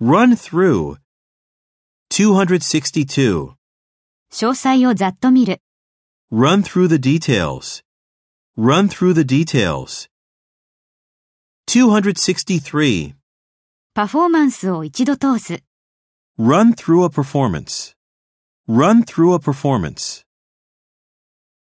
Run through. 262. 詳細をざっと見る。 Run through the details. Run through the details. 263. パフォーマンスを一度通す。 Run through a performance. Run through a performance.